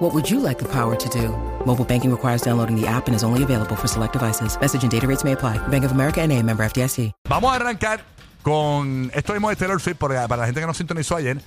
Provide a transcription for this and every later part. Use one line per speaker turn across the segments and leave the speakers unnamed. What would you like the power to do? Mobile banking requires downloading the app and is only available for select devices. Message and data rates may apply. Bank of America and a member FDIC.
Vamos a arrancar con esto mismo de Taylor Swift, porque para la gente que nos sintonizó ayer,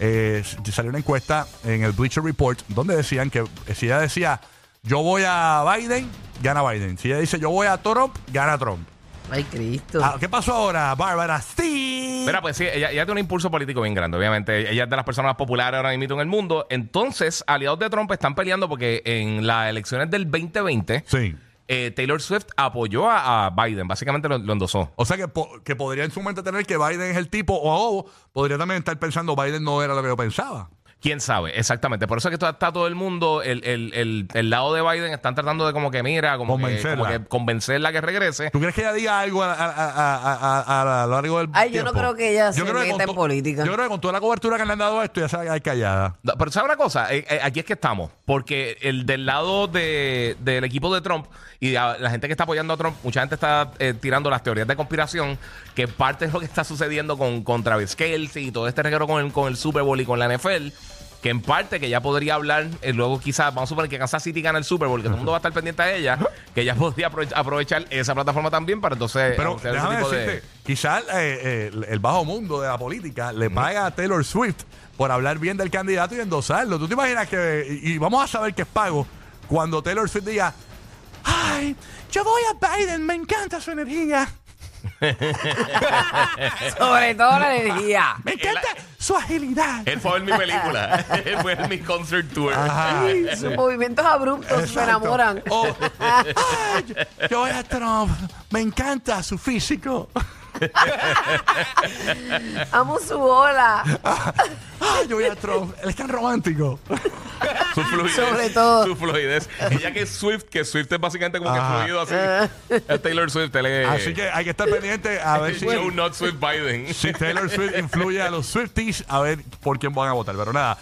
eh, salió una encuesta en el Bleacher Report donde decían que eh, si ella decía yo voy a Biden, gana Biden. Si ella dice yo voy a Trump, gana Trump.
Ay, Cristo.
Ah, ¿Qué pasó ahora, Bárbara? Sí.
Mira, pues sí, ella, ella tiene un impulso político bien grande, obviamente. Ella es de las personas más populares ahora mismo en el mundo. Entonces, aliados de Trump están peleando porque en las elecciones del 2020,
Sí.
eh, Taylor Swift apoyó a, a Biden. Básicamente lo, lo endosó.
O sea que, po- que podría en su mente tener que Biden es el tipo, o o podría también estar pensando Biden no era lo que yo pensaba.
¿Quién sabe? Exactamente. Por eso es que está, está todo el mundo, el, el- el- el lado de Biden, están tratando de como que mira, como, que,
Convencerla.
como que convencerla que regrese.
¿Tú crees que ella diga algo a, a- a- a- a- a- a lo largo del
Ay, yo no
tiempo?
creo que ella se
creo que
meta
con
en
to-
política.
Yo creo que con toda la cobertura que le han dado a esto, ya se va a quedar callada.
No, Pero ¿sabes una cosa? Eh, eh, aquí es que estamos. Porque el del lado de- del equipo de Trump y a- la gente que está apoyando a Trump, mucha gente está eh, tirando las teorías de conspiración, que en parte es lo que está sucediendo con, con Travis Kelce y todo este reguero con el, con el Super Bowl y con la NFL. Que en parte que ya podría hablar, eh, luego quizás, vamos a suponer que Kansas City gana el Super Bowl, que todo el mundo va a estar pendiente a ella, que ella podría aprove- aprovechar esa plataforma también para entonces
Pero
anunciar Eh, ese
déjame
tipo de-
decirte, quizás eh, eh, el bajo mundo de la política le paga a Taylor Swift por hablar bien del candidato y endosarlo. ¿Tú te imaginas que, y, y vamos a saber que es pago, cuando Taylor Swift diga, ay, yo voy a Biden, me encanta su energía,
Sobre todo la energía.
Eh,
me encanta su agilidad.
Él fue a ver mi película, él fue a ver mi concert tour.
Ajá.
Sus movimientos abruptos me
Exacto.
enamoran.
O, "Ay, yo- yo voy a Trump, me encanta su físico.
Amo su ola.
Ay, yo voy a Trump, él es tan romántico.
Su fluidez.
Sobre todo.
Su fluidez. Ella que es Swift, que Swift es básicamente como
Ajá.
que fluido así.
Ah.
Es Taylor Swift, él es.
Así que pues, hay que estar pendiente a ver si...
Joe Not Swift Biden.
si Taylor Swift influye a los Swifties, a ver por quién van a votar. Pero nada,